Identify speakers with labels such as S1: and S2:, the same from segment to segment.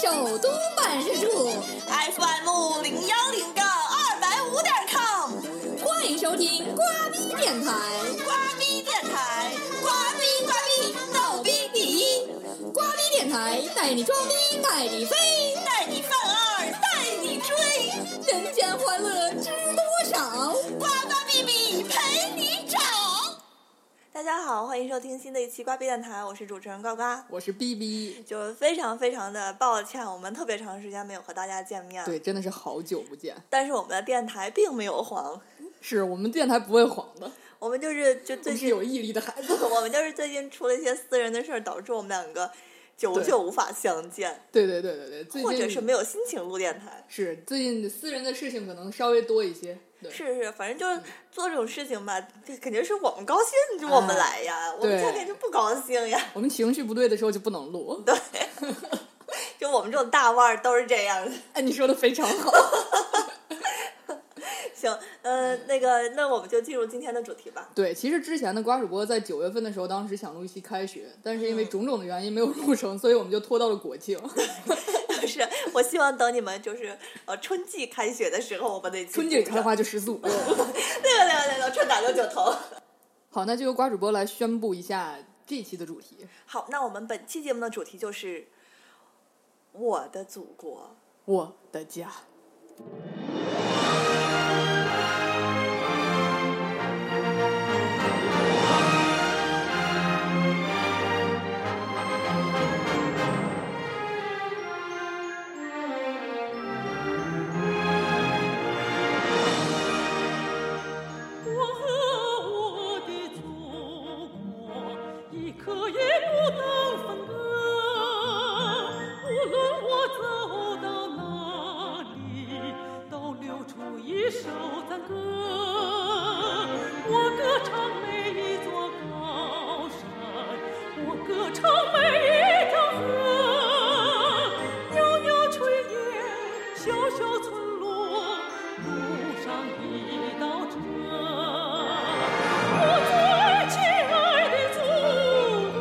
S1: 首都办事处
S2: FM 零幺零杠二百五点 com，
S1: 欢迎收听瓜逼电台，
S2: 瓜逼电台，瓜逼瓜逼，逗逼第一，
S1: 瓜逼电台带你装逼带你飞，
S2: 带你犯二，带你追，
S1: 人间欢乐知多少。
S2: 瓜瓜逼逼陪你找。大家好，欢迎收听新的一期瓜逼电台，我是主持人呱呱。
S1: 我是 B B，
S2: 就非常非常的抱歉，我们特别长时间没有和大家见面，
S1: 对，真的是好久不见，
S2: 但是我们的电台并没有黄，
S1: 是我们电台不会黄的，
S2: 我们就是就
S1: 我
S2: 最
S1: 们是
S2: 近
S1: 有毅力的孩子。
S2: 我们就是最近出了一些私人的事儿，导致我们两个久
S1: 对
S2: 久无法相见，
S3: 对对对对对，最
S2: 或者
S3: 近
S2: 是没有心情录电台。
S3: 是最近私人的事情可能稍微多一些，对，嗯
S2: 是是，反正就是做这种事情吧，这肯定是我们高兴就我们
S3: 哎
S2: 来呀，我们
S3: 对
S2: 教练就不高兴呀。
S3: 我们情绪不对的时候就不能录。
S2: 对，就我们这种大腕儿都是这样的。
S3: 哎，你说的非常好，
S2: 行，呃，那个，那我们就进入今天的主题吧。
S3: 对，其实之前的瓜主播在九月份的时候，当时想录一期开学，但是因为种种的原因没有录成，所以我们就拖到了国庆。
S2: 就是我希望等你们就是呃春季开学的时候，我们得
S3: 春节开的话就十四五。
S2: 对对对对，春打六九头。
S3: 好，那就由瓜主播来宣布一下这期的主题。
S2: 好，那我们本期节目的主题就是我的祖国。
S3: 我的家。
S4: 我和我的祖国，一刻也不能分割。无论我走到哪里，都流出一首赞歌。我歌唱每一座高山，我歌唱每一条河。袅袅炊烟，小小村落，路上一道辙。我最亲爱的祖国，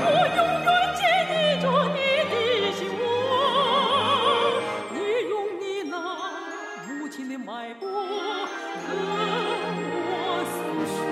S4: 我永远坚定着你的心窝。你用你那母亲的脉搏和我诉说。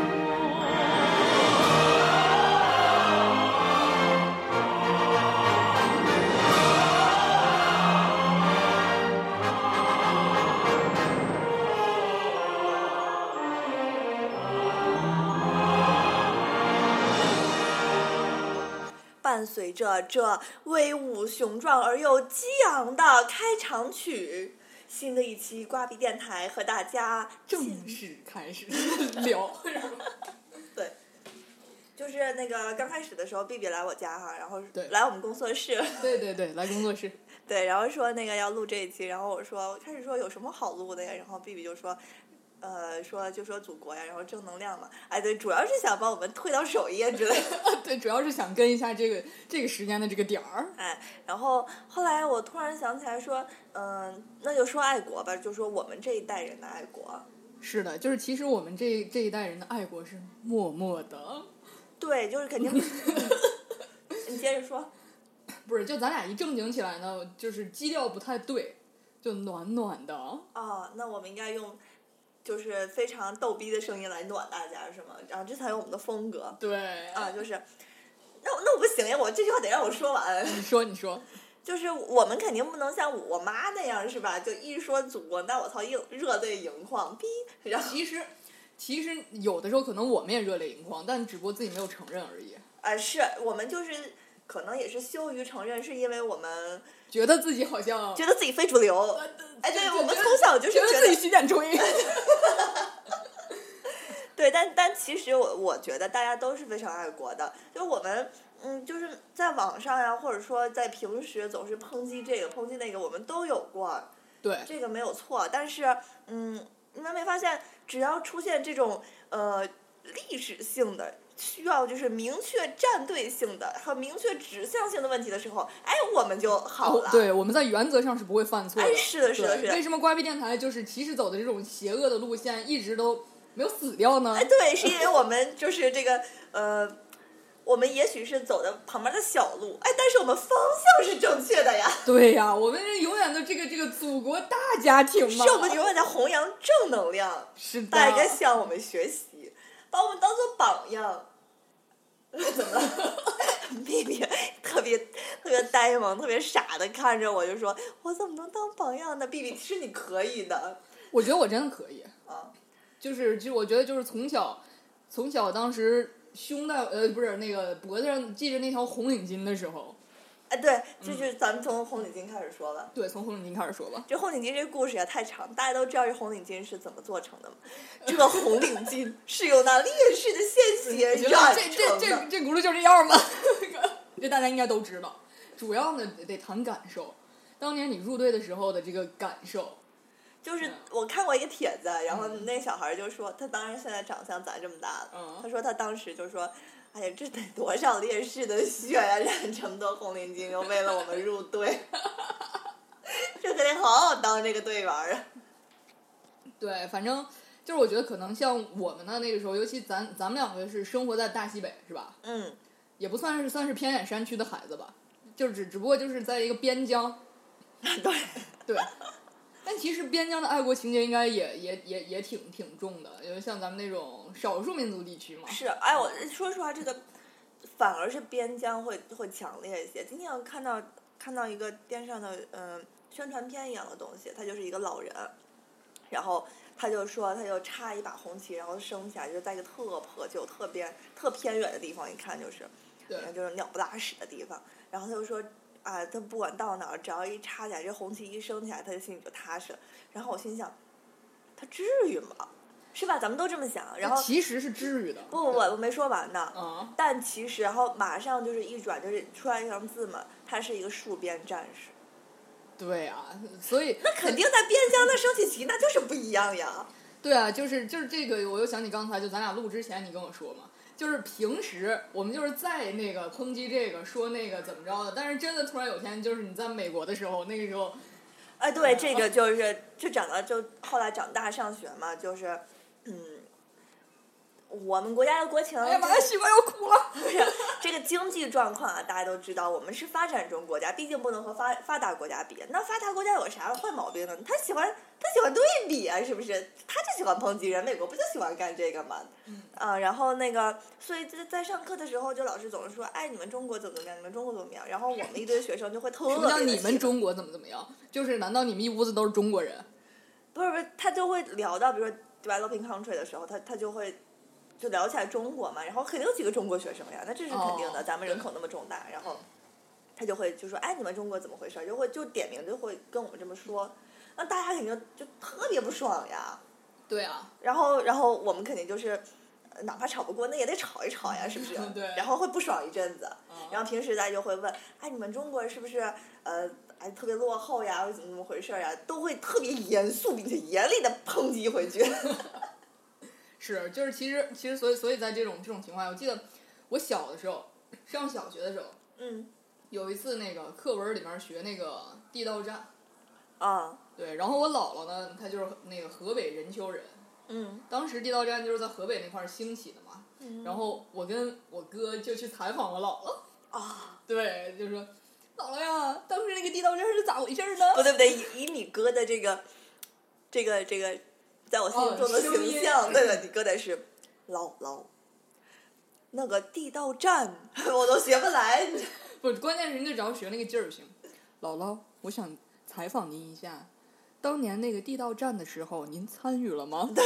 S2: 伴随着这威武雄壮而又激昂的开场曲，新的一期瓜皮电台和大家
S3: 正式开始聊，
S2: 对，就是那个刚开始的时候，B B 来我家哈，然后
S3: 对
S2: 来我们工作室，
S3: 对对对，来工作室，
S2: 对，然后说那个要录这一期，然后我说开始说有什么好录的呀，然后 B B 就说。呃，说就说祖国呀，然后正能量嘛，哎，对，主要是想把我们推到首页之类的，
S3: 对，主要是想跟一下这个这个时间的这个点儿。
S2: 哎，然后后来我突然想起来说，嗯、那就说爱国吧，就说我们这一代人的爱国，
S3: 是的，就是其实我们这这一代人的爱国是默默的，
S2: 对，就是肯定，你接着说，
S3: 不是？就咱俩一正经起来呢，就是基调不太对，就暖暖的。
S2: 哦，那我们应该用就是非常逗逼的声音来暖大家，是吗？然后这才有我们的风格
S3: 对
S2: 啊，就是，那我那我不行呀，我这句话得让我说完。
S3: 你说你说，
S2: 就是我们肯定不能像我妈那样，是吧？就一说祖国，那我操，硬热泪盈眶，逼，然后
S3: 其实其实有的时候可能我们也热泪盈眶，但只不过自己没有承认而已，
S2: 啊，是我们就是。可能也是羞于承认，是因为我们
S3: 觉得自己好像
S2: 觉得自己非主流。哎，对，我们从小就是
S3: 呃觉
S2: 觉
S3: 得
S2: 得
S3: 自己洗剪吹。
S2: 对，但但其实我我觉得大家都是非常爱国的，就我们嗯，就是在网上呀、或者说在平时总是抨击这个抨击那个，我们都有过，
S3: 对，
S2: 这个没有错。但是嗯，你们没发现，只要出现这种呃历史性的。需要就是明确站队性的和明确指向性的问题的时候，哎，我们就好了。
S3: 哦对，我们在原则上是不会犯错的。
S2: 哎是的是的
S3: 对
S2: 是的
S3: 为什么瓜逼电台就是其实走的这种邪恶的路线，
S2: 哎
S3: 一直都没有死掉呢？
S2: 哎，对，是因为我们就是这个呃，我们们也许是走的旁边的小路，哎，但是我们方向是正确的呀，
S3: 对呀、我们是永远都这个这个祖国大家庭嘛，
S2: 是我们永远在弘扬正能量，
S3: 是的，
S2: 大家应该向我们学习，把我们当做榜样。 怎么了？秘密特别特别呆萌、特别傻的看着我，就说：“我怎么能当榜样呢？”比比，其实你可以的
S3: 我觉得我真的可以，
S2: 啊！
S3: 就是就我觉得就是从小从小当时胸带呃不是那个脖子上系着那条红领巾的时候，
S2: 哎，对，这
S3: 嗯
S2: 就是咱们从红领巾开始说吧。
S3: 对，从红领巾开始说吧。
S2: 这红领巾这故事也太长，大家都知道这红领巾是怎么做成的吗？这个红领 巾是由那烈士的鲜血
S3: 我觉得
S2: 染
S3: 这这
S2: 成
S3: 这
S2: 的。
S3: 这轱辘就这样 吧，这大家应该都知道。主要呢得谈感受，当年你入队的时候的这个感受，
S2: 就是
S3: 嗯
S2: 我看过一个帖子，然后那小孩就说，他当然现在长相咱这么大了
S3: 嗯，
S2: 他说他当时就说。哎呀，这得多少烈士的血呀、染这么多红领巾，又为了我们入 队，这可得好好当这个队员啊！
S3: 对，反正就是我觉得可能像我们呢那个时候，尤其咱咱们两个是生活在大西北是吧？
S2: 嗯，
S3: 也不算是算是偏远山区的孩子吧，就只只不过就是在一个边疆，
S2: 对，
S3: 对。但其实边疆的爱国情节应该也也也也挺挺重的，因为像咱们那种少数民族地区嘛，
S2: 是，哎，我说实话，这个反而是边疆会会强烈一些。今天我看到看到一个电视上的嗯、呃宣传片一样的东西，他就是一个老人，然后他就说他就插一把红旗，然后升起来，就是在一个特破旧、特边、特偏远的地方，一看就是，
S3: 对
S2: 然后就是鸟不拉屎的地方。然后他就说。啊，他不管到哪儿，只要一插起来，这红旗一升起来，他的心里就踏实了。然后我心想，他至于吗？是吧？咱们都这么想。然后
S3: 其实是治愈的。
S2: 不不不，我没说完呢。
S3: 啊，
S2: 但其实，然后马上就是一转，就是出来一行字嘛，他是一个戍边战士，
S3: 对啊，所以
S2: 那肯定在边疆那升起旗，那就是不一样呀。
S3: 对啊，就是就是这个，我又想起刚才就咱俩录之前你跟我说嘛，就是平时我们就是在那个抨击这个说那个怎么着的，但是真的突然有天就是你在美国的时候，那个时候
S2: 哎，对，这个就是就长到就后来长大上学嘛，就是嗯，我们国家的国情，
S3: 哎呀妈呀，媳妇要哭了。
S2: 这个经济状况啊，大家都知道，我们是发展中国家，毕竟不能和发发达国家比。那发达国家有啥坏毛病呢？他喜欢他喜欢对比啊，是不是？他就喜欢抨击人，美国不就喜欢干这个吗？
S3: 嗯
S2: 啊，然后那个，所以在在上课的时候，就老师总是说，哎，你们中国怎么怎么样，你们中国怎么样？然后我们一堆学生就会特别
S3: 什么叫
S2: 地
S3: 你
S2: 喜
S3: 们
S2: 欢
S3: 中国怎么怎么样？就是难道你们一屋子都是中国人？
S2: 不是不是，他就会聊到比如说 developing country 的时候，他他就会就聊起来中国嘛，然后肯定有几个中国学生呀，那这是肯定的，
S3: 哦
S2: 咱们人口那么重大，然后他就会就说，哎，你们中国怎么回事儿？就会就点名就会跟我们这么说，那大家肯定就特别不爽呀。
S3: 对啊，？
S2: 然后然后我们肯定就是，呃哪怕吵不过，那也得吵一吵呀，是不是
S3: 对
S2: 然后会不爽一阵子，
S3: 嗯
S2: 然后平时大家就会问，哎，你们中国是不是呃，哎特别落后呀，或者怎么怎么回事儿呀？都会特别严肃并且严厉的抨击回 去。
S3: 是就是其实其实所以所以在这种这种情况下，我记得我小的时候上小学的时候，
S2: 嗯，
S3: 有一次那个课文里面学那个地道战，
S2: 啊，
S3: 对，然后我姥姥呢，她就是那个河北任丘人，
S2: 嗯，
S3: 当时地道战就是在河北那块儿兴起的嘛。然后我跟我哥就去采访我姥姥，
S2: 啊，
S3: 对，就说姥姥呀，当时那个地道战是咋回事儿呢？
S2: 不对不对，以以你哥的这个，这个这个，在我心
S3: 哦
S2: 中的
S3: 声
S2: 形
S3: 音
S2: 象， 对对，你哥的是姥姥。那个地道战， 我都学不来。你知道
S3: 不，关键是你得只要学那个劲儿就行。姥姥，我想采访您一下，当年那个地道战的时候，您参与了吗？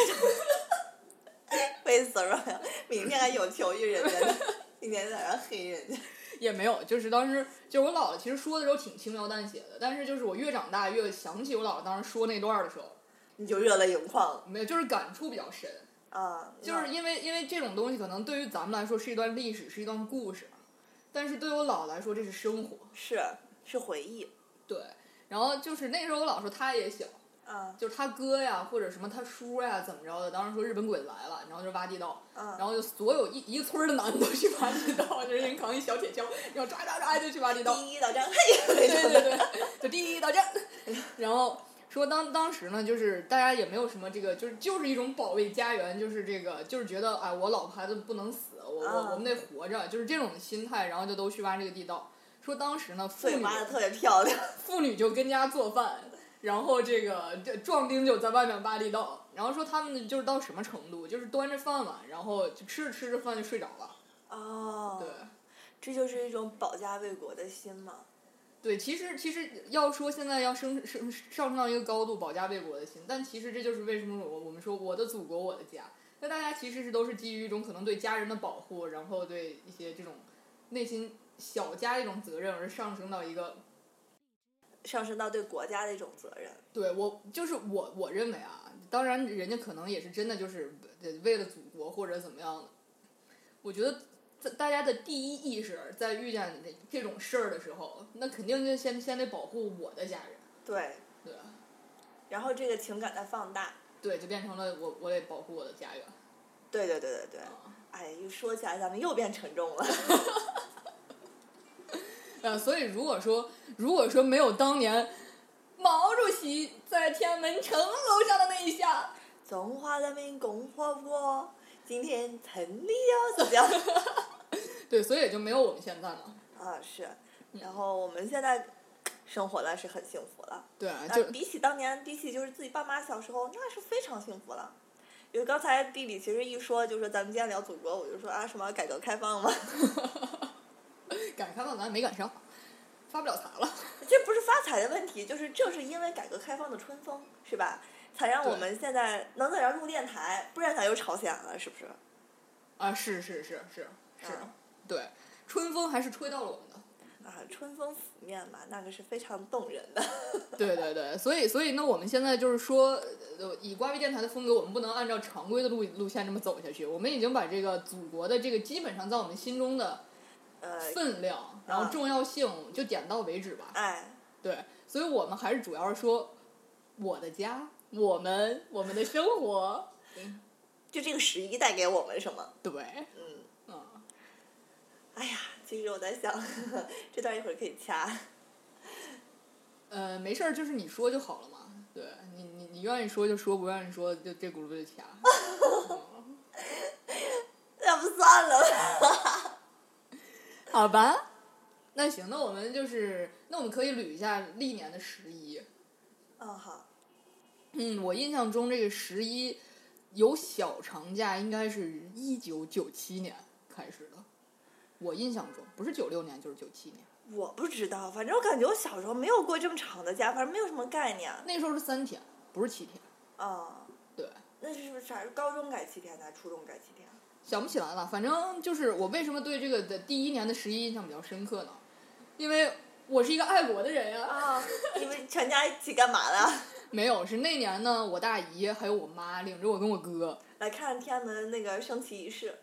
S2: 为什么呀？ 明天还有求于人家呢，今天在那黑人家。
S3: 也没有，就是当时就是我姥姥，其实说的时候挺轻描淡写的，但是就是我越长大越想起我姥姥当时说那段儿的时候，
S2: 你就热泪盈眶了
S3: 没有，就是感触比较深。
S2: 啊！
S3: 就是因为因为这种东西，可能对于咱们来说是一段历史，是一段故事，但是对我姥来说这是生活。
S2: 是是回忆
S3: 对，然后就是那时候我姥说她也小，
S2: 啊
S3: 就是她哥呀或者什么她叔呀怎么着的，当时说日本鬼子来了，然后就挖地道，
S2: 啊
S3: 然后就所有一一个村儿的男的都去挖地道，就是人扛一小铁锹，然后抓抓抓就去挖地道。
S2: 第一道战嘿，
S3: 对对对，就第一道战。然后说当当时呢，就是大家也没有什么这个，就是就是一种保卫家园，就是这个就是觉得哎，我老婆孩子不能死，我我
S2: 嗯
S3: 我我们得活着，就是这种心态，然后就都去挖这个地道。说当时呢，妇
S2: 所以
S3: 女
S2: 挖的特别漂亮。
S3: 妇女就跟家做饭，然后这个这壮丁就在外面挖地道，然后说他们就是到什么程度，就是端着饭碗，然后就吃着吃着饭就睡着了。
S2: 哦，
S3: 对，
S2: 这就是一种保家卫国的心嘛。
S3: 对，其实其实要说现在要升升上升到一个高度，保家卫国的心，但其实这就是为什么我我们说我的祖国我的家，那大家其实是都是基于一种可能对家人的保护，然后对一些这种内心小家的一种责任而上升到一个
S2: 上升到对国家的一种责任。
S3: 对我就是我我认为啊，当然人家可能也是真的就是呃为了祖国或者怎么样的。我觉得在大家的第一意识在遇见这种事儿的时候，那肯定就先先得保护我的家人，
S2: 对，
S3: 对吧
S2: 然后这个情感在放大。
S3: 对，就变成了我我得保护我的家园。
S2: 对对对对对。
S3: 哦
S2: 哎，一说起来咱们又变沉重了。
S3: 呃，所以如果说如果说没有当年毛主席在天安门城楼上的那一下，
S2: 中华人民共和国今天成立了，怎么样？
S3: 对，所以也就没有我们现在了。
S2: 啊，是。然后我们现在生活的是很幸福了。
S3: 对啊，
S2: 呃
S3: 就，
S2: 比起当年，比起就是自己爸妈小时候，那是非常幸福了。因为刚才地理其实一说，就说咱们今天聊祖国，我就说啊什么改革开放嘛，
S3: 赶开放咱没赶上，发不了财了。
S2: 这不是发财的问题，就是正是因为改革开放的春风，是吧？才让我
S3: 对
S2: 们现在能在这儿录电台，不然咱又朝鲜了，是不是？
S3: 啊，是是是是是，
S2: 啊
S3: 对，春风还是吹到了我们的。
S2: 啊，春风拂面嘛，那个是非常动人的。
S3: 对对对，所以所以那我们现在就是说，呃，以瓜皮电台的风格，我们不能按照常规的路路线这么走下去。我们已经把这个祖国的这个基本上在我们心中的
S2: 呃，
S3: 分量，然后
S2: 啊
S3: 重要性就点到为止吧。
S2: 哎，
S3: 对，所以我们还是主要是说我的家，我们我们的生活，
S2: 就这个十一带给我们什么？
S3: 对，
S2: 嗯，
S3: 嗯，
S2: 哎呀，其实我在想， 这段一会儿可以掐。
S3: 呃，没事儿，就是你说就好了嘛。对你你你愿意说就说，不愿意说就这轱辘就掐。
S2: 要不算了 吧。
S3: 好吧，那行，那我们就是，那我们可以捋一下历年的十一。
S2: 嗯，好，
S3: 嗯，我印象中这个十一有小长假，应该是一九九七年开始的。我印象中不是九六年就是九七年，
S2: 我不知道，反正我感觉我小时候没有过这么长的假，反正没有什么概念。
S3: 那时候是三天，不是七天。
S2: 啊、
S3: 对，
S2: 那是不是啥？是高中改七天的，还是初中改七天？
S3: 想不起来了。反正就是我为什么对这个的第一年的十一印象比较深刻呢？因为我是一个爱国的人呀、
S2: 啊，你们全家一起干嘛了？
S3: 没有，是那年呢，我大姨还有我妈领着我跟我哥，
S2: 来看天安门那个升旗仪式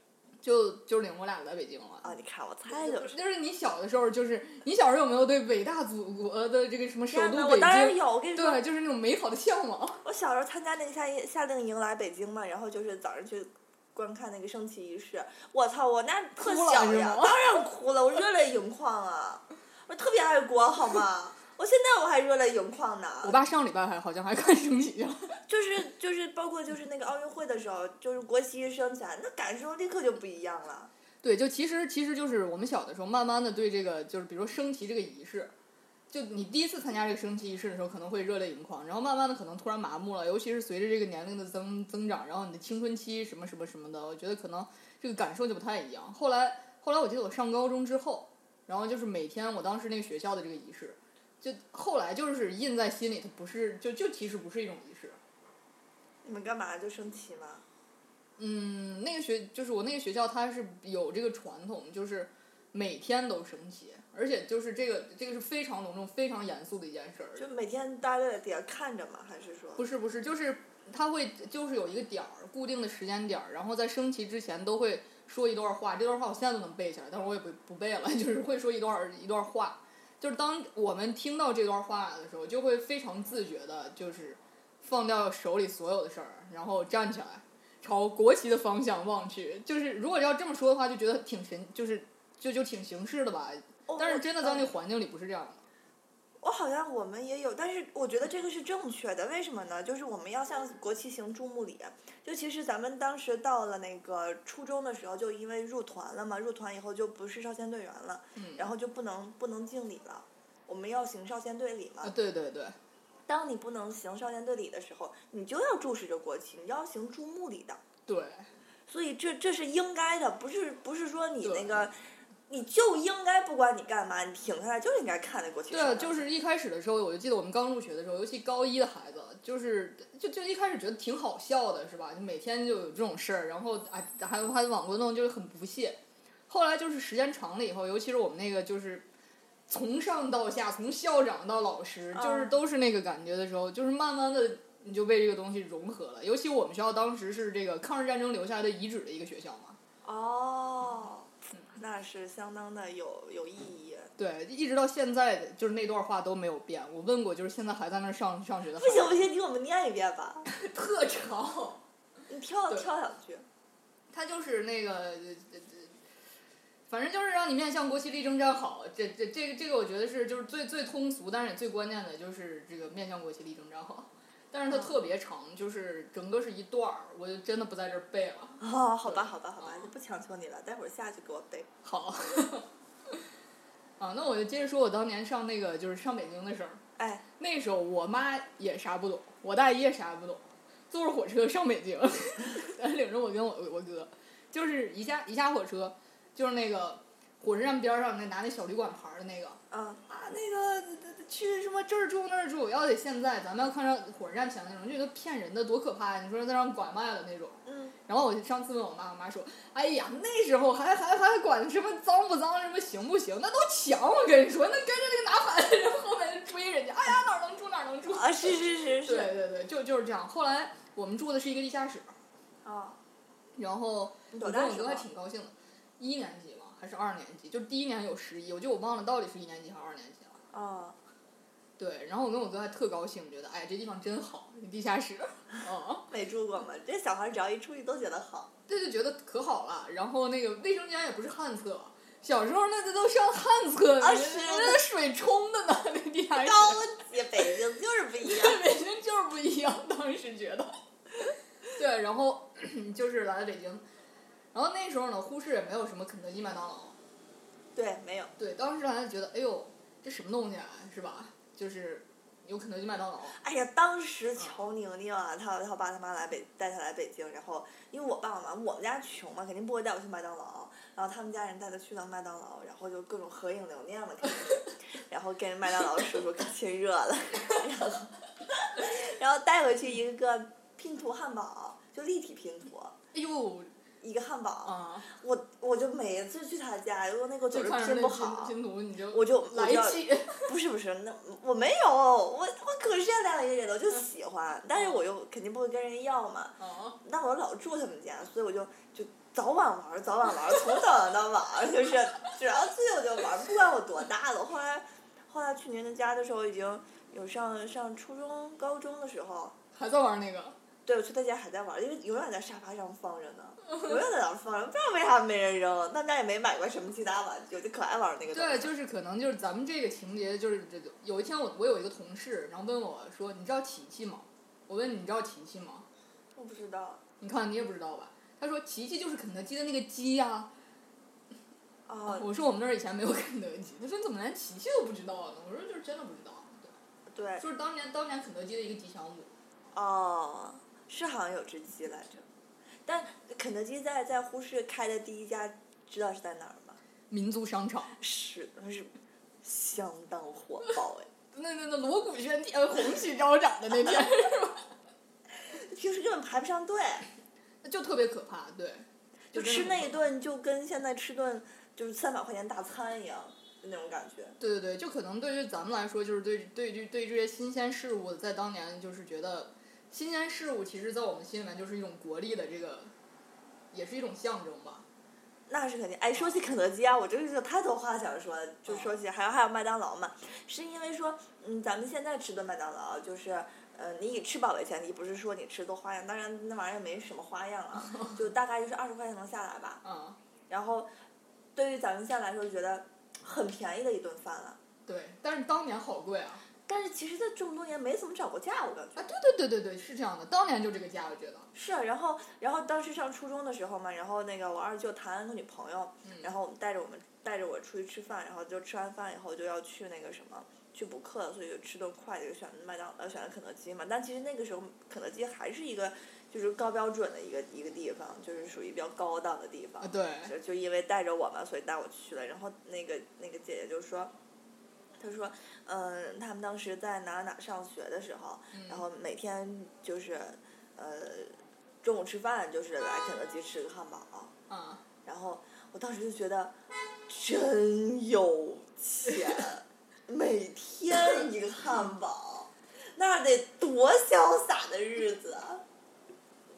S3: 就就领我俩来北京了。
S2: 啊！你看，我猜就是。
S3: 就是你小的时候，就是你小时候有没有对伟大祖国的这个什么首
S2: 天安门，
S3: 都
S2: 我
S3: 北
S2: 当然
S3: 京？
S2: 有。我跟你说
S3: 对，， 就是那种美好的向往。
S2: 我小时候参加那个夏令夏令营来北京嘛，然后就是早上去观看那个升旗仪式，我操，我那特
S3: 哭了
S2: 小
S3: 是
S2: 呀
S3: 吗，
S2: 当然哭了，我热泪盈眶啊！我特别爱国，好吗？我现在我还热泪盈眶呢。
S3: 我爸上礼拜还好像还看升旗去了。
S2: 就是就是包括就是那个奥运会的时候，就是国旗一升起来，那感受立刻就不一样了。
S3: 对，就其实其实就是我们小的时候，慢慢的对这个就是比如说升旗这个仪式，就你第一次参加这个升旗仪式的时候，可能会热泪盈眶，然后慢慢的可能突然麻木了，尤其是随着这个年龄的增增长，然后你的青春期什么什么什么的，我觉得可能这个感受就不太一样。后来后来我记得我上高中之后，然后就是每天我当时那个学校的这个仪式，就后来就是印在心里，它不是就就其实不是一种仪式。
S2: 你们干嘛就升旗吗？
S3: 嗯，那个学就是我那个学校，它是有这个传统，就是每天都升旗，而且就是这个这个是非常隆重、非常严肃的一件事儿。
S2: 就每天大家在底下看着吗？还是说？
S3: 不是不是，就是它会就是有一个点儿，固定的时间点儿，然后在升旗之前都会说一段话，这段话我现在都能背下来，但是我也不不背了， 就是会说一段一段话。就是当我们听到这段话的时候，就会非常自觉的，就是放掉手里所有的事儿，然后站起来，朝国旗的方向望去。就是如果要这么说的话，就觉得挺神，就是就就挺形式的吧。
S2: 哦
S3: 但是
S2: 我
S3: 真的
S2: 嗯
S3: 在那个环境里不是这样的。
S2: 我哦好像我们也有，但是我觉得这个是正确的。为什么呢？就是我们要向国旗行注目礼。就其实咱们当时到了那个初中的时候，就因为入团了嘛，入团以后就不是少先队员了，
S3: 嗯
S2: 然后就不能不能敬礼了。我们要行少先队礼嘛
S3: 啊，。对对对，
S2: 当你不能行少先队礼的时候，你就要注视着国旗，你要行注目礼的。
S3: 对，
S2: 所以这这是应该的，不是不是说你
S3: 对
S2: 那个，你就应该不管你干嘛，你停下来就应该看那国旗
S3: 对
S2: 上
S3: 啊，
S2: 的。
S3: 就是一开始的时候，我就记得我们刚入学的时候，尤其高一的孩子，就是就就一开始觉得挺好笑的，是吧？就每天就有这种事儿，然后啊还还网络弄，就是很不屑。后来就是时间长了以后，尤其是我们那个就是从上到下，从校长到老师，就是
S2: 嗯
S3: 都是那个感觉的时候，就是慢慢的你就被这个东西融合了。尤其我们学校当时是这个抗日战争留下来的遗址的一个学校嘛，
S2: 哦，那是相当的有有意义。
S3: 对，一直到现在，就是那段话都没有变。我问过，就是现在还在那儿上上学的孩
S2: 不
S3: 子，
S2: 行不行，你给我们念一遍吧，
S3: 特长。
S2: 你挑
S3: 对
S2: 挑两句。
S3: 他就是那个，呃呃反正就是让你面向国旗立正站好。这这这个这个，我觉得是就是最最通俗，但是也最关键的就是这个面向国旗立正站好。但是它特别长，就是整个是一段儿，我就真的不在这儿背了。
S2: 哦，好吧好吧好吧
S3: 哦，
S2: 就不强求你了，待会儿下去给我背。
S3: 好， 啊，那我就接着说我当年上那个就是上北京的事儿。
S2: 哎，
S3: 那时候我妈也啥不懂，我大姨也啥不懂，坐着火车上北京， 领着我跟我我哥，就是一下一下火车，就是那个火车站边上那拿那小旅馆牌儿的那个
S2: 嗯，
S3: 啊，那个去什么这儿住那儿住，要得现在咱们要看上火车站前的那种，就觉得骗人的多可怕呀！你说再让拐卖了那种。
S2: 嗯，
S3: 然后我上次问我妈，我妈说：“哎呀，那时候还还还管什么脏不脏，什么行不行？那都抢！我跟你说，那跟着那个拿牌的人后面追人家，哎呀，哪儿能住哪儿能住。
S2: 啊，是是是
S3: 对
S2: 是，
S3: 对对，就就是这样。后来我们住的是一个地下室，
S2: 啊，
S3: 然后
S2: 你多
S3: 我跟
S2: 大
S3: 我
S2: 时
S3: 哥
S2: 候
S3: 还
S2: 啊？
S3: 挺高兴的，一年级吧还是二年级？就是第一年有十一，我就我忘了到底是一年级还是二年级了。
S2: 哦，
S3: 对，然后我跟我哥还特高兴，觉得哎这地方真好，地下室， 哦，
S2: 没住过嘛，这小孩只要一出去都觉得好。
S3: 这就觉得可好了。然后那个卫生间也不是旱厕，小时候那都上旱厕，
S2: 啊
S3: 那
S2: 是
S3: 那水冲的呢，那地下室。
S2: 高级北京就是不一样。
S3: 北京就是不一样，当时觉得。 对，然后 就是来了北京，然后那时候呢，呼市也没有什么肯德基、麦当劳。
S2: 对，没有。
S3: 对，当时还觉得，哎呦，这什么东西啊，是吧？就是有肯德基、麦当劳。
S2: 哎呀，当
S3: 嗯
S2: 时乔宁宁啊，她她爸她妈来北带她来北京，然后因为我爸我妈我们家穷嘛，肯定不会带我去麦当劳，然后他们家人带她去了麦当劳，然后就各种合影留念嘛，肯定是然后跟麦当劳叔叔可亲热了，然后然后带回去一个拼图汉堡，就立体拼图。
S3: 哎呦
S2: 一个汉堡，
S3: 啊！
S2: 我我就每次去他家，如果那个
S3: 就
S2: 总是
S3: 看着
S2: 拼
S3: 那
S2: 不
S3: 拼
S2: 好，
S3: 拼图，你就
S2: 我就我
S3: 来
S2: 就要
S3: 气。
S2: 不是不是，那我没有，我我可善良了一个人，我
S3: 嗯
S2: 就喜欢，但是我又肯定不会跟人要嘛。
S3: 啊！
S2: 但我老住他们家，所以我就就早晚玩儿，早晚玩儿， 从早玩到晚儿，就是只要自由就玩儿，不管我多大了。后来后来去年的家的时候，已经有上上初中、高中的时候，
S3: 还在玩那个，
S2: 对我去他家还在玩儿，因为永远在沙发上放着 呢，永远在那儿放着，不知道为啥没人扔，他们家也没买过什么其他玩具，就可爱玩儿那个东
S3: 对，
S2: 西。
S3: 就是可能就是咱们这个情节，就是这个。有一天我我有一个同事，然后问我说：“你知道琪琪吗？”我问你你知道琪琪吗？
S2: 我不知道
S3: 你看你也不知道吧？他说琪琪就是肯德基的那个鸡呀、
S2: 哦，
S3: 我说我们那儿以前没有 肯德基。他说你怎么连琪琪都不知道呢？我说就是真的不知道。
S2: 对
S3: 对，就是当年当年肯德基的一个吉祥物。
S2: 哦，是好像有只鸡来着，但肯德基在在呼市开的第一家，知道是在哪儿吗？
S3: 民族商场，
S2: 是，是相当火爆哎，
S3: 那那那锣鼓喧天、红旗招展的那天，
S2: 平时根本排不上队，
S3: 就特别可怕。对，
S2: 就
S3: 真的
S2: 吃
S3: 很
S2: 那
S3: 可
S2: 一
S3: 怕。
S2: 顿就跟现在吃顿就是三百块钱大餐一样的那种感觉。
S3: 对对对，就可能对于咱们来说，就是对对对对这些新鲜事物，在当年就是觉得新鲜事物，其实在我们心里面就是一种国力的这个，也是一种象征吧。
S2: 那是肯定。哎，说起肯德基啊，我真是有太多话想说了。就说起还有还有麦当劳嘛，是因为说，嗯，咱们现在吃顿麦当劳就是，呃，你以吃饱为前提，不是说你吃多花样，当然那玩意儿也没什么花样啊，就大概就是二十块钱能下来吧。
S3: 啊、
S2: 然后，对于咱们现在来说，觉得很便宜的一顿饭了。
S3: 对，但是当年好贵啊！
S2: 但是其实他这么多年没怎么涨过价，我感觉
S3: 啊，对对对对对，是这样的，当年就这个价，我觉得。
S2: 是啊。然后，然后当时上初中的时候嘛，然后那个我二舅谈了个女朋友，然后我们带着我们带着我出去吃饭，然后就吃完饭以后就要去那个什么去补课，所以就吃顿快的，就选麦当呃选了肯德基嘛。但其实那个时候肯德基还是一个就是高标准的一个一个地方，就是属于比较高档的地方。
S3: 啊，对，
S2: 就就因为带着我嘛，所以带我去了。然后那个那个姐姐就说，她说，嗯，他们当时在哪哪上学的时候，
S3: 嗯
S2: 然后每天就是，呃，中午吃饭就是来肯德基吃个汉堡，
S3: 啊，
S2: 然后我当时就觉得真有钱，每天一个汉堡，那得多潇洒的日子啊！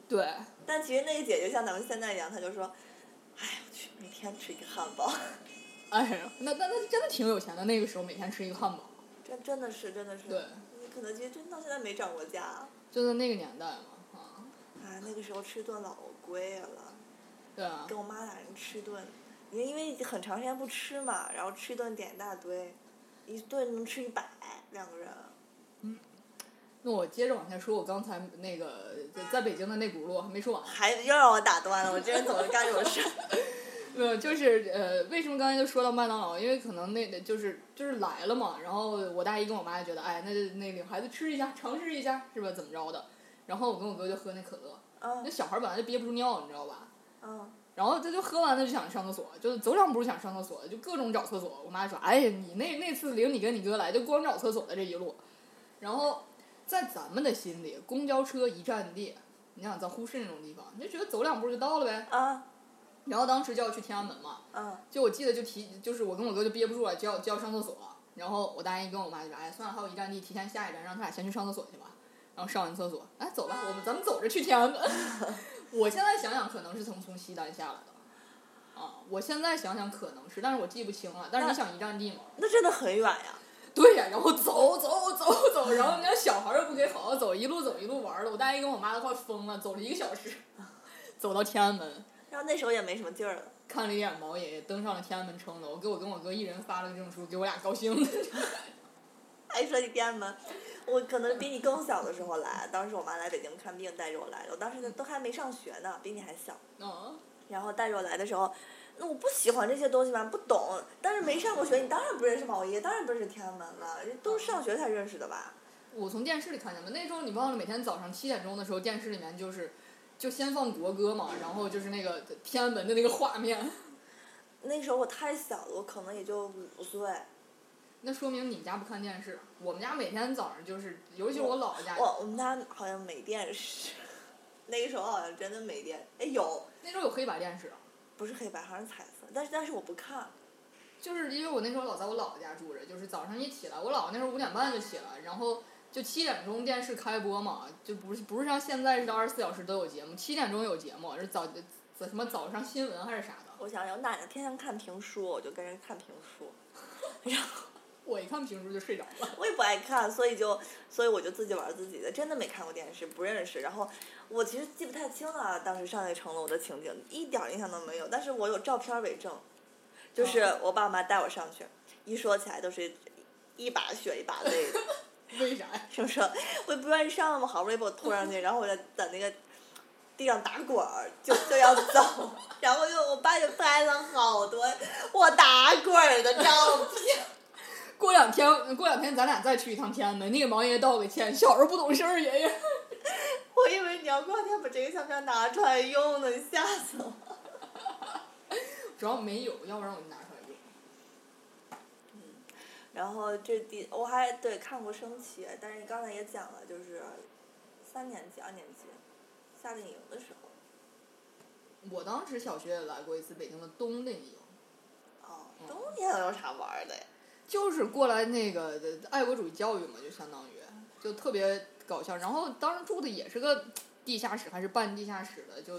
S3: 对，
S2: 但其实那个姐姐像咱们现在一样，她就说：“哎，我去，每天吃一个汉堡，
S3: 哎呀，那那那真的挺有钱的，那个时候每天吃一个汉堡，
S2: 这真的是真的是。
S3: 对，
S2: 肯德基真到现在没涨过价啊，
S3: 就在那个年代嘛，啊，
S2: 哎那个时候吃顿老贵了，
S3: 对啊，
S2: 跟我妈俩人吃顿，因为因为很长时间不吃嘛，然后吃顿点一大堆，一顿能吃一百，两个人。
S3: 那我接着往下说，我刚才那个在在北京的那轱辘还没说完，
S2: 还又让我打断了，我这人怎么干这种事儿？
S3: 没有，就是呃，为什么刚才就说到麦当劳？因为可能那就是就是来了嘛，然后我大姨跟我妈就觉得，哎，那就那领孩子吃一下，尝试一下，是吧？怎么着的？然后我跟我哥就喝那可乐，那
S2: 嗯
S3: 小孩儿本来就憋不住尿，你知道吧？
S2: 嗯，
S3: 然后他就喝完了就想上厕所，就走两步想上厕所，就各种找厕所。我妈说：“哎呀，你那那次领你跟你哥来，就光找厕所的这一路。”然后在咱们的心里，公交车一站地，你想在呼市那种地方，你就觉得走两步就到了呗。
S2: 啊
S3: 然后当时就要去天安门嘛，
S2: 嗯
S3: 就我记得就提，就是我跟我哥就憋不住了，就要就要上厕所，然后我大姨跟我妈就说，哎，算了，还有一站地，提前下一站，让他俩先去上厕所去吧。然后上完厕所，哎，走吧，我们咱们走着去天安门。 我现在想想，可能是从从西单下来的，啊，我现在想想可能是，但是我记不清了。但是你想一站地嘛，
S2: 那真的很远呀。
S3: 对呀、然后走走走走，然后人家小孩儿又不给好好走，一路走一路玩儿的，我大姨跟我妈都快疯了，走了一个小时，走到天安门。
S2: 然后那时候也没什么劲儿了，
S3: 看了一眼毛爷爷登上了天安门城楼，我给我跟我哥一人发了个证书，给我俩高兴 的。
S2: 哎，说起天安门，我可能比你更小的时候来，当时我妈来北京看病带着我来的，我当时都还没上学呢，比你还小。
S3: 嗯，
S2: 然后带着我来的时候，那我不喜欢这些东西嘛，不懂，但是没上过学，你当然不认识毛衣，当然不认识天安门了，人都是上学才认识的吧？
S3: 我从电视里看见的。那时候你忘了，每天早上七点钟的时候，电视里面就是就先放国歌嘛，然后就是那个天安门的那个画面。
S2: 那时候我太小了，我可能也就五岁，
S3: 那说明你家不看电视，我们家每天早上就是，尤其是我姥姥家，
S2: 我我们家好像没电视， 那个时候好像真的没电，哎有，
S3: 那时候有黑白电视，啊
S2: 不是黑白，好像是彩色，但是但是我不看，
S3: 就是因为我那时候老在我姥姥家住着，就是早上一起来，我姥姥那时候五点半就起来，然后就七点钟电视开播嘛，就不是不是像现在似的二十四小时都有节目，七点钟有节目，是早早什么早上新闻还是啥的。
S2: 我想想，我奶奶天天看评书，我就跟人看评书，然后。
S3: 我一看评书就睡着了。
S2: 我也不爱看，所以就，所以我就自己玩自己的，真的没看过电视，不认识。然后我其实记不太清了，当时上那个城楼的情景，一点儿印象都没有。但是我有照片为证，就是
S3: 哦
S2: 我爸妈带我上去，一说起来都是一把血一把泪的，
S3: 为啥呀？
S2: 是不是？我也不愿意上嘛，好不容易把我拖上去，然后我就在那个地上打滚儿，就就要走， 然后就我爸就拍了好多我打滚儿的照片。
S3: 过两天过两天咱俩再去一趟天安门，那个毛爷爷道个歉，小时候不懂事儿，爷 爷。
S2: 我以为你要过两天把这个相片拿出来用呢，你吓死我！
S3: 主要没有，要不然我就拿出来用。
S2: 然后这第我还对看过升旗，但是刚才也讲了，就是三年级、二年级夏令营的时候，
S3: 我当时小学也来过一次北京的冬令营，
S2: 哦，冬天有啥玩儿的呀？
S3: 就是过来那个呃爱国主义教育嘛，就相当于就特别搞笑。然后当时住的也是个地下室，还是半地下室的，就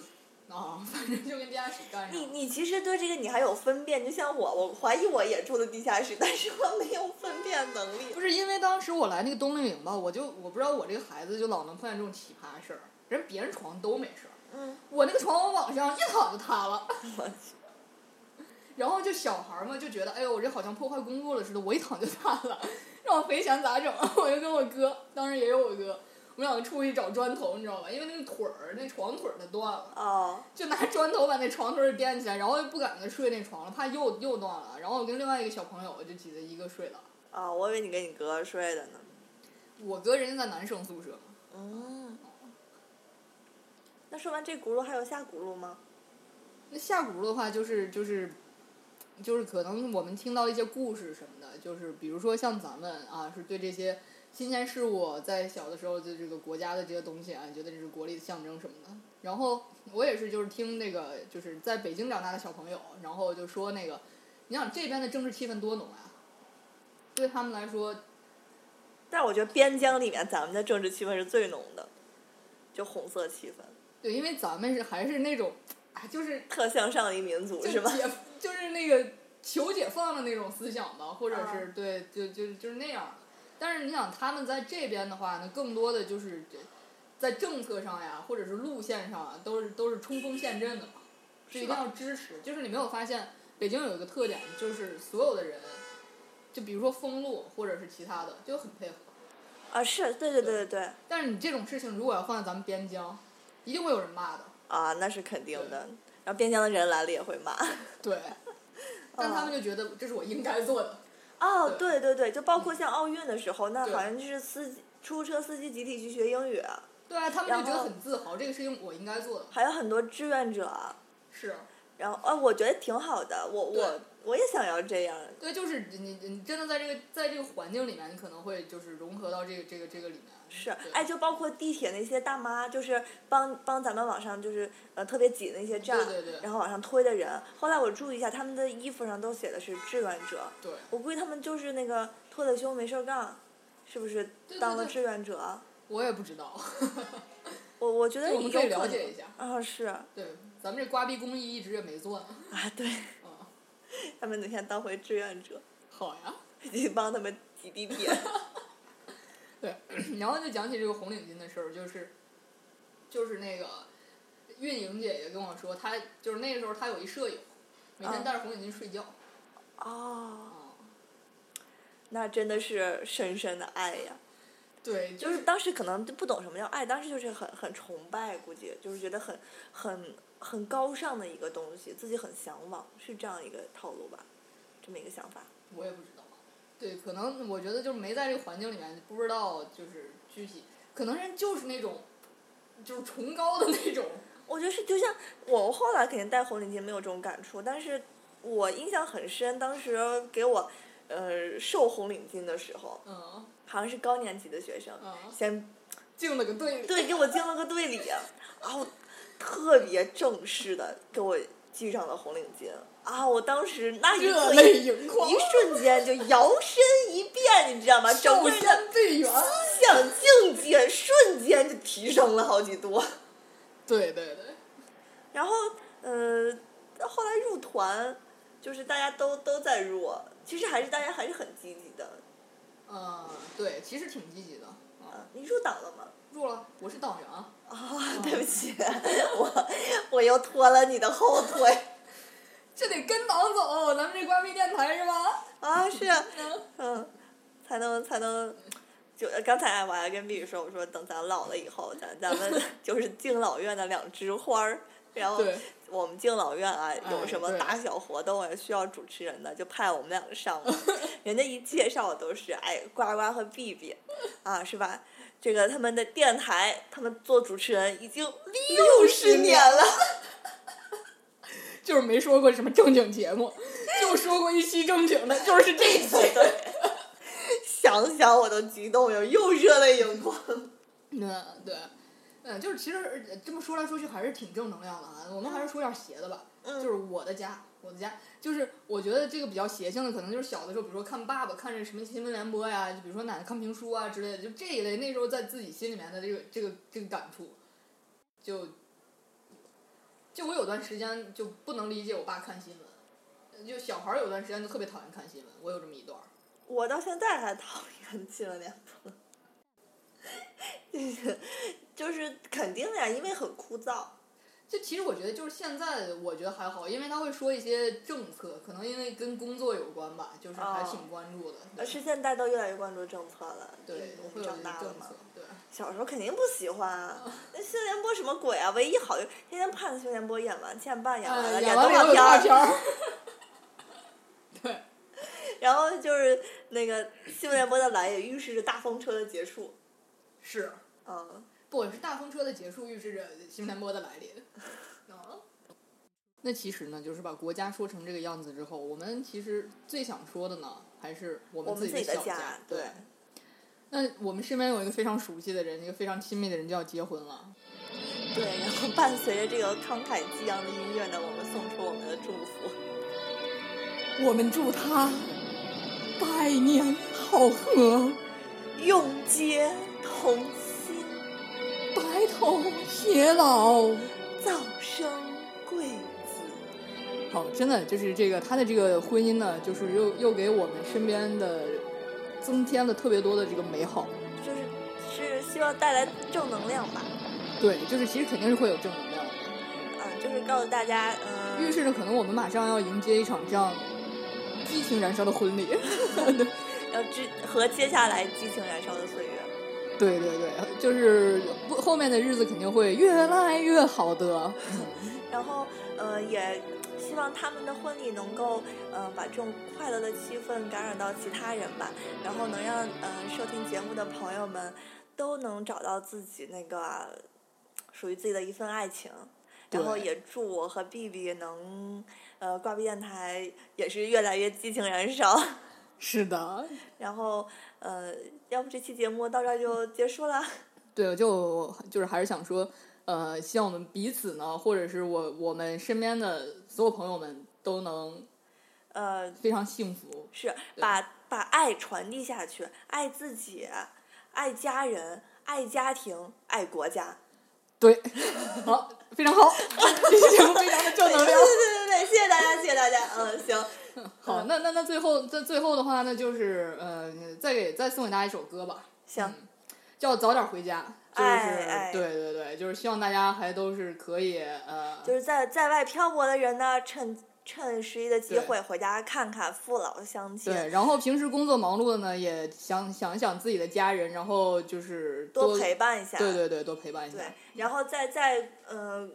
S3: 啊， 反正就跟地下室干上
S2: 你
S3: 了。
S2: 你其实对这个你还有分辨，就像我，我怀疑我也住的地下室，但是我没有分辨能力
S3: 不。是因为当时我来那个冬令营吧，我就我不知道我这个孩子就老能碰见这种奇葩事儿，人别 人床都没事儿，
S2: 嗯，
S3: 我那个床我往上一躺就塌了。
S2: 我去，
S3: 然后就小孩儿嘛就觉得，哎呦，我这好像破坏工作了似的，我一躺就瘫了，让我飞翔咋整？ 我就跟我哥，当时也有我哥，我们两个出去找砖头，你知道吧？因为那个腿儿，那床腿儿它断了。
S2: 哦，
S3: 就拿砖头把那床腿儿垫起来，然后又不敢再睡那床了，怕又又断了。然后我跟另外一个小朋友，我就挤得一个睡了。
S2: 啊，我以为你跟你哥睡的呢。
S3: 我哥人家在男生宿舍，
S2: 嗯。那说完这轱辘，还有下轱辘吗？
S3: 那下轱辘的话就是就是就是可能我们听到一些故事什么的，就是比如说像咱们啊，是对这些新鲜事物在小的时候对这个国家的这些东西啊，觉得这是国力的象征什么的。然后我也是就是听那个就是在北京长大的小朋友，然后就说那个，你想这边的政治气氛多浓啊，对他们来说
S2: 但是我觉得边疆里面咱们的政治气氛是最浓的，就红色气氛，
S3: 对，因为咱们是还是那种，哎，就是
S2: 特向上的一民族
S3: 就是
S2: 吧？
S3: 解就是那个求解放的那种思想吧，或者
S2: 啊
S3: 是、对，就就就是那样。但是你想，他们在这边的话呢，更多的就是在政策上呀，或者是路线上啊，都是都是冲锋陷阵的嘛，是一定要支持。就是你没有发现北京有一个特点，就是所有的人，就比如说封路或者是其他的，就很配合。
S2: 啊，是对对对对对，
S3: 但是你这种事情如果要放在咱们边疆，一定会有人骂的。
S2: 啊，那是肯定的。然后边疆的人来了也会骂。
S3: 对，但他们就觉得这是我应该做的。
S2: 哦，
S3: 对
S2: 对
S3: 嗯
S2: 对对，就包括像奥运的时候，那
S3: 对
S2: 好像就是司机、出租车司机集体去学英语，
S3: 对啊，他们就觉
S2: 然
S3: 得
S2: 后
S3: 很自豪，这个事情我应该做的。
S2: 还有很多志愿者，
S3: 是，
S2: 然后啊，我觉得挺好的，我
S3: 对
S2: 我我也想要这样。
S3: 对，就是你你真的在这个在这个环境里面，你可能会就是融合到这个这个这个里面。
S2: 是
S3: 对，
S2: 哎，就包括地铁那些大妈，就是帮帮咱们往上，就是呃特别挤的那些站，
S3: 对对对
S2: 然后往上推的人。后来我注意一下，他们的衣服上都写的是志愿者，
S3: 对
S2: 我估计他们就是那个脱了胸没事儿干，是不是
S3: 对
S2: 当了
S3: 对
S2: 志愿者？
S3: 我也不知道，
S2: 我我觉得
S3: 我们
S2: 有
S3: 可以
S2: 能
S3: 了解一下
S2: 啊，是啊，
S3: 对，咱们这瓜逼公益一直也没做呢。
S2: 对，
S3: 啊，
S2: 他们哪天当回志愿者，
S3: 好呀。
S2: 去帮他们挤地铁。
S3: 对，然后就讲起这个红领巾的事儿，就是，就是那个运营姐姐跟我说，她就是那个时候她有一舍友，每天
S2: 啊
S3: 戴着红领巾睡觉。
S2: 哦，
S3: 啊，
S2: 那真的是深深的爱呀！
S3: 对，
S2: 就
S3: 就
S2: 是是当时可能就不懂什么叫爱，当时就是很很崇拜，估计就是觉得很很很高尚的一个东西，自己很向往，是这样一个套路吧，这么一个想法。
S3: 我也不知道。对，可能我觉得就是没在这个环境里面，不知道就是具体，可能人就是那种，就是崇高的那种。
S2: 我觉得是，就像我后来肯定戴红领巾没有这种感触，但是我印象很深，当时给我呃授红领巾的时候，
S3: 嗯
S2: 好像是高年级的学生，
S3: 嗯，
S2: 先
S3: 敬了个队礼。
S2: 对给我敬了个队礼，然后特别正式的给我系上了红领巾啊！我当时那一
S3: 热
S2: 刻
S3: 泪
S2: 一
S3: 盈眶，
S2: 一瞬间就摇身一变，你知道吗？整
S3: 少
S2: 个人的
S3: 先队员。
S2: 思想境界瞬间就提升了好几度。
S3: 对对对，
S2: 然后，呃，后来入团，就是大家都都在入，啊其实还是大家还是很积极的。
S3: 嗯，对，其实挺积极的。啊，
S2: 啊，你入党了吗？
S3: 入了，我是党员啊。
S2: 啊，对不起，我我又拖了你的后腿。
S3: 这得跟党走，咱们这官微电台是吧？
S2: 啊，是，嗯，才能才能，就刚才我还跟碧宇说，我说等咱老了以后，咱咱 们就是敬老院的两枝花儿，然后
S3: 对
S2: 我们敬老院啊有什么
S3: 对
S2: 大小活动啊需要主持人的，就派我们两个上 嘛。人家一介绍都是哎呱呱和碧碧，啊是吧？这个他们的电台，他们做主持人已经六十年了。
S3: 就是没说过什么正经节目，就说过一期正经的，就是这一期。
S2: 想想我都激动哟，又热泪盈眶。
S3: 嗯，对，嗯，就是其实呃这么说来说去还是挺正能量的啊。我们还是说点邪的吧，
S2: 嗯
S3: 就是我的家，我的家，就是我觉得这个比较邪性的，可能就是小的时候，比如说看爸爸看这什么新闻联播呀，就比如说奶奶看评书啊之类的，就这一类，那时候在自己心里面的这个这个这个感触，就就我有段时间就不能理解我爸看新闻，就小孩儿有段时间就特别讨厌看新闻，我有这么一段儿。
S2: 我到现在还讨厌新闻联播，就是就是肯定的呀，因为很枯燥。
S3: 就其实我觉得，就是现在我觉得还好，因为他会说一些政策，可能因为跟工作有关吧，就是还
S2: 哦
S3: 挺关注的。
S2: 呃，
S3: 对
S2: 是现在都越来越关注政策了，
S3: 对，
S2: 我们
S3: 会有
S2: 长
S3: 一些
S2: 大了
S3: 政
S2: 嘛
S3: 策。，嗯对。
S2: 小时候肯定不喜欢啊！那新联播什么鬼啊？唯一好就天天盼着新联播演完七点半哎演完了，
S3: 呃，
S2: 演
S3: 演
S2: 动
S3: 完
S2: 画
S3: 有动画
S2: 片
S3: 片
S2: 儿，
S3: 儿。 对，
S2: 然后就是那个新闻联播的来也预示着大风车的结束。
S3: 是，
S2: 嗯，
S3: 不是大风车的结束预示着新南波的来临。啊那其实呢，就是把国家说成这个样子之后，我们其实最想说的呢，还是我
S2: 我
S3: 们
S2: 们
S3: 自
S2: 自己
S3: 的
S2: 的
S3: 小
S2: 家，
S3: 对，那我们身边有一个非常熟悉的人，一个非常亲密的人就要结婚了。
S2: 对，然后伴随着这个慷慨激昂的音乐呢，我们送出我们的祝福。
S1: 我们祝他百年好合，
S2: 永结同心，
S1: 白头偕老。
S2: 早生贵子。
S3: 好，真的就是这个，他的这个婚姻呢，就是又又给我们身边的增添了特别多的这个美好。
S2: 就是是希望带来正能量吧，
S3: 对，就是其实肯定是会有正能量的，
S2: 嗯，就是告诉大家，嗯，
S3: 预示着可能我们马上要迎接一场这样激情燃烧的婚礼。对
S2: 要知和接下来激情燃烧的岁月。
S3: 对对对，就是不后面的日子肯定会越来越好的。
S2: 然后呃，也希望他们的婚礼能够呃把这种快乐的气氛感染到其他人吧，然后能让呃收听节目的朋友们都能找到自己那个属于自己的一份爱情。然后
S3: 对
S2: 也祝我和 B B 能，呃，挂壁电台也是越来越激情燃烧。
S3: 是的，
S2: 然后，呃，要不这期节目到这儿就结束了。
S3: 对，就就是还是想说，呃，希望我们彼此呢，或者是我我们身边的所有朋友们都能
S2: 呃，
S3: 非常幸福。
S2: 是
S3: 对
S2: 把把爱传递下去，爱自己，爱家人，爱家庭，爱国家。
S3: 对，好，非 常好，这期节目非常的正
S2: 对对
S3: 能
S2: 哦对
S3: 量。
S2: 对对，谢谢大家，谢谢大家。嗯，行，
S3: 好，那那那最后，在最后的话，那就是呃，再给再送给大家一首歌吧，
S2: 行，
S3: 叫《早点回家》，就是、
S2: 哎哎
S3: 对对对，就是希望大家还都是可以呃，
S2: 就是在在外漂泊的人呢，趁趁十一的机
S3: 对
S2: 会回家看看父老乡亲，
S3: 对，然后平时工作忙碌的呢，也想想一想自己的家人，然后就是
S2: 多陪，伴一下。
S3: 对对对，多陪伴一下
S2: 对，嗯然后在在呃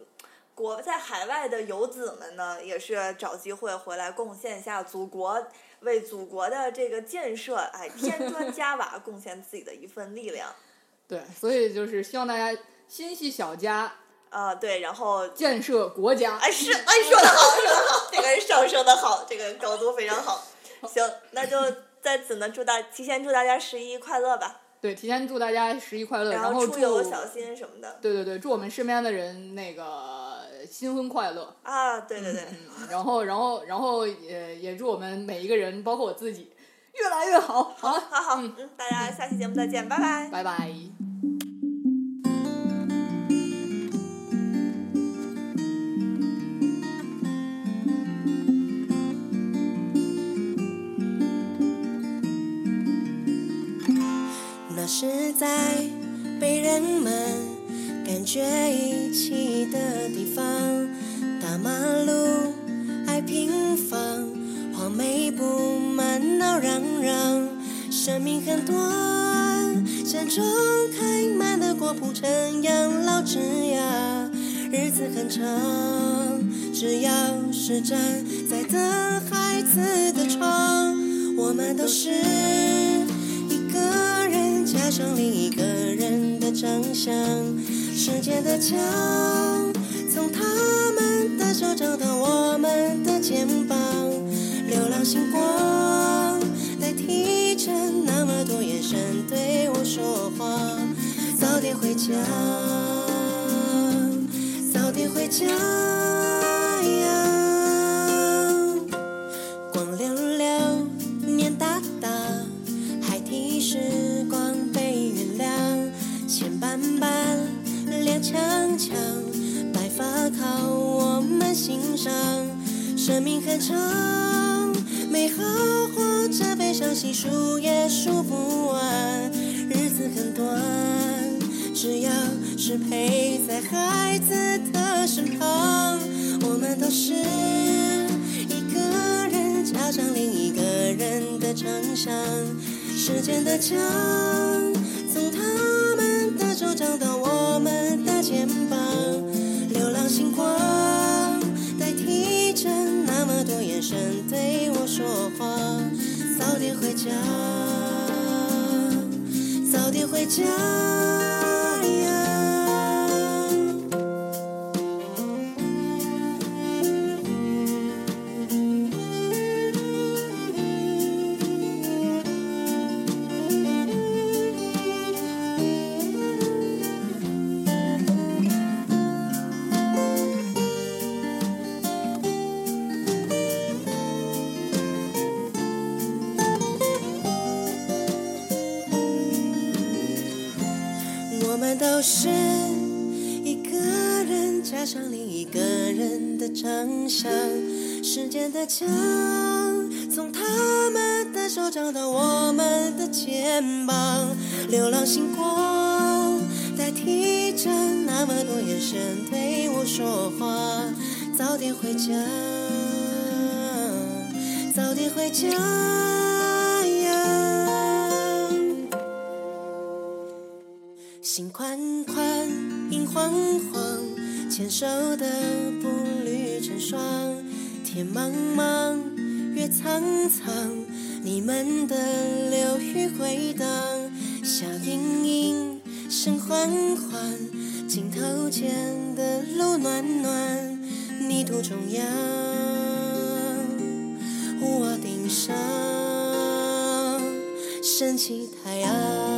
S2: 国在海外的游子们呢，也是找机会回来贡献一下祖国，为祖国的这个建设哎添砖加瓦，贡献自己的一份力量。
S3: 对所以就是希望大家心系小家，
S2: 啊、对，然后
S3: 建设国家。
S2: 哎是哎说的好，说的好，这个上升的好，这个高度非常好。行，那就在此呢，祝大提前祝大家十一快乐吧，
S3: 对，提前祝大家十一快乐，然
S2: 后嗯
S3: 祝
S2: 出游小心什么的
S3: 对对对，祝我们身边的人那个新婚快乐。
S2: 啊，对对对，
S3: 嗯，然后，然后，然后也也祝我们每一个人，包括我自己，越来越好。好，
S2: 好好，嗯，大家下期节目再见，拜拜。
S3: 拜拜。
S5: 那是在被人们感觉遗弃的地方，大马路、矮平房，黄梅布满闹嚷嚷。生命很短，山中开满了果铺成养老枝桠，日子很长，只要是站在等孩子的窗，我们都是。一个人加上另一个人的长相，世界的墙从他们的手掌到我们的肩膀，流浪星光代替着那么多眼神对我说话，早点回家，早点回家呀。光溜溜，年大大，还替时光被原谅。牵绊绊，脸强强，白发靠我们心上。生命很长，美好或者悲伤，细数也数不完。日子很短，只要是陪在孩子的身旁，我们都是一个人敲响另一个人的成长。时间的墙从他们的手掌到我们的肩膀，流浪星光代替着那么多眼神对我说话，早点回家。早点回家呀。我们都是一个人加上另一个人的长相，时间的墙从他们的手掌到我们的肩膀，流浪星光代替着那么多眼神对我说话，早点回家，早点回家呀。心宽宽，影晃晃，牵手的步履成双。天茫茫，月苍苍，你们的流语回荡。笑盈盈，声缓缓，镜头前的路暖暖，泥土中央，屋瓦顶上，升起太阳。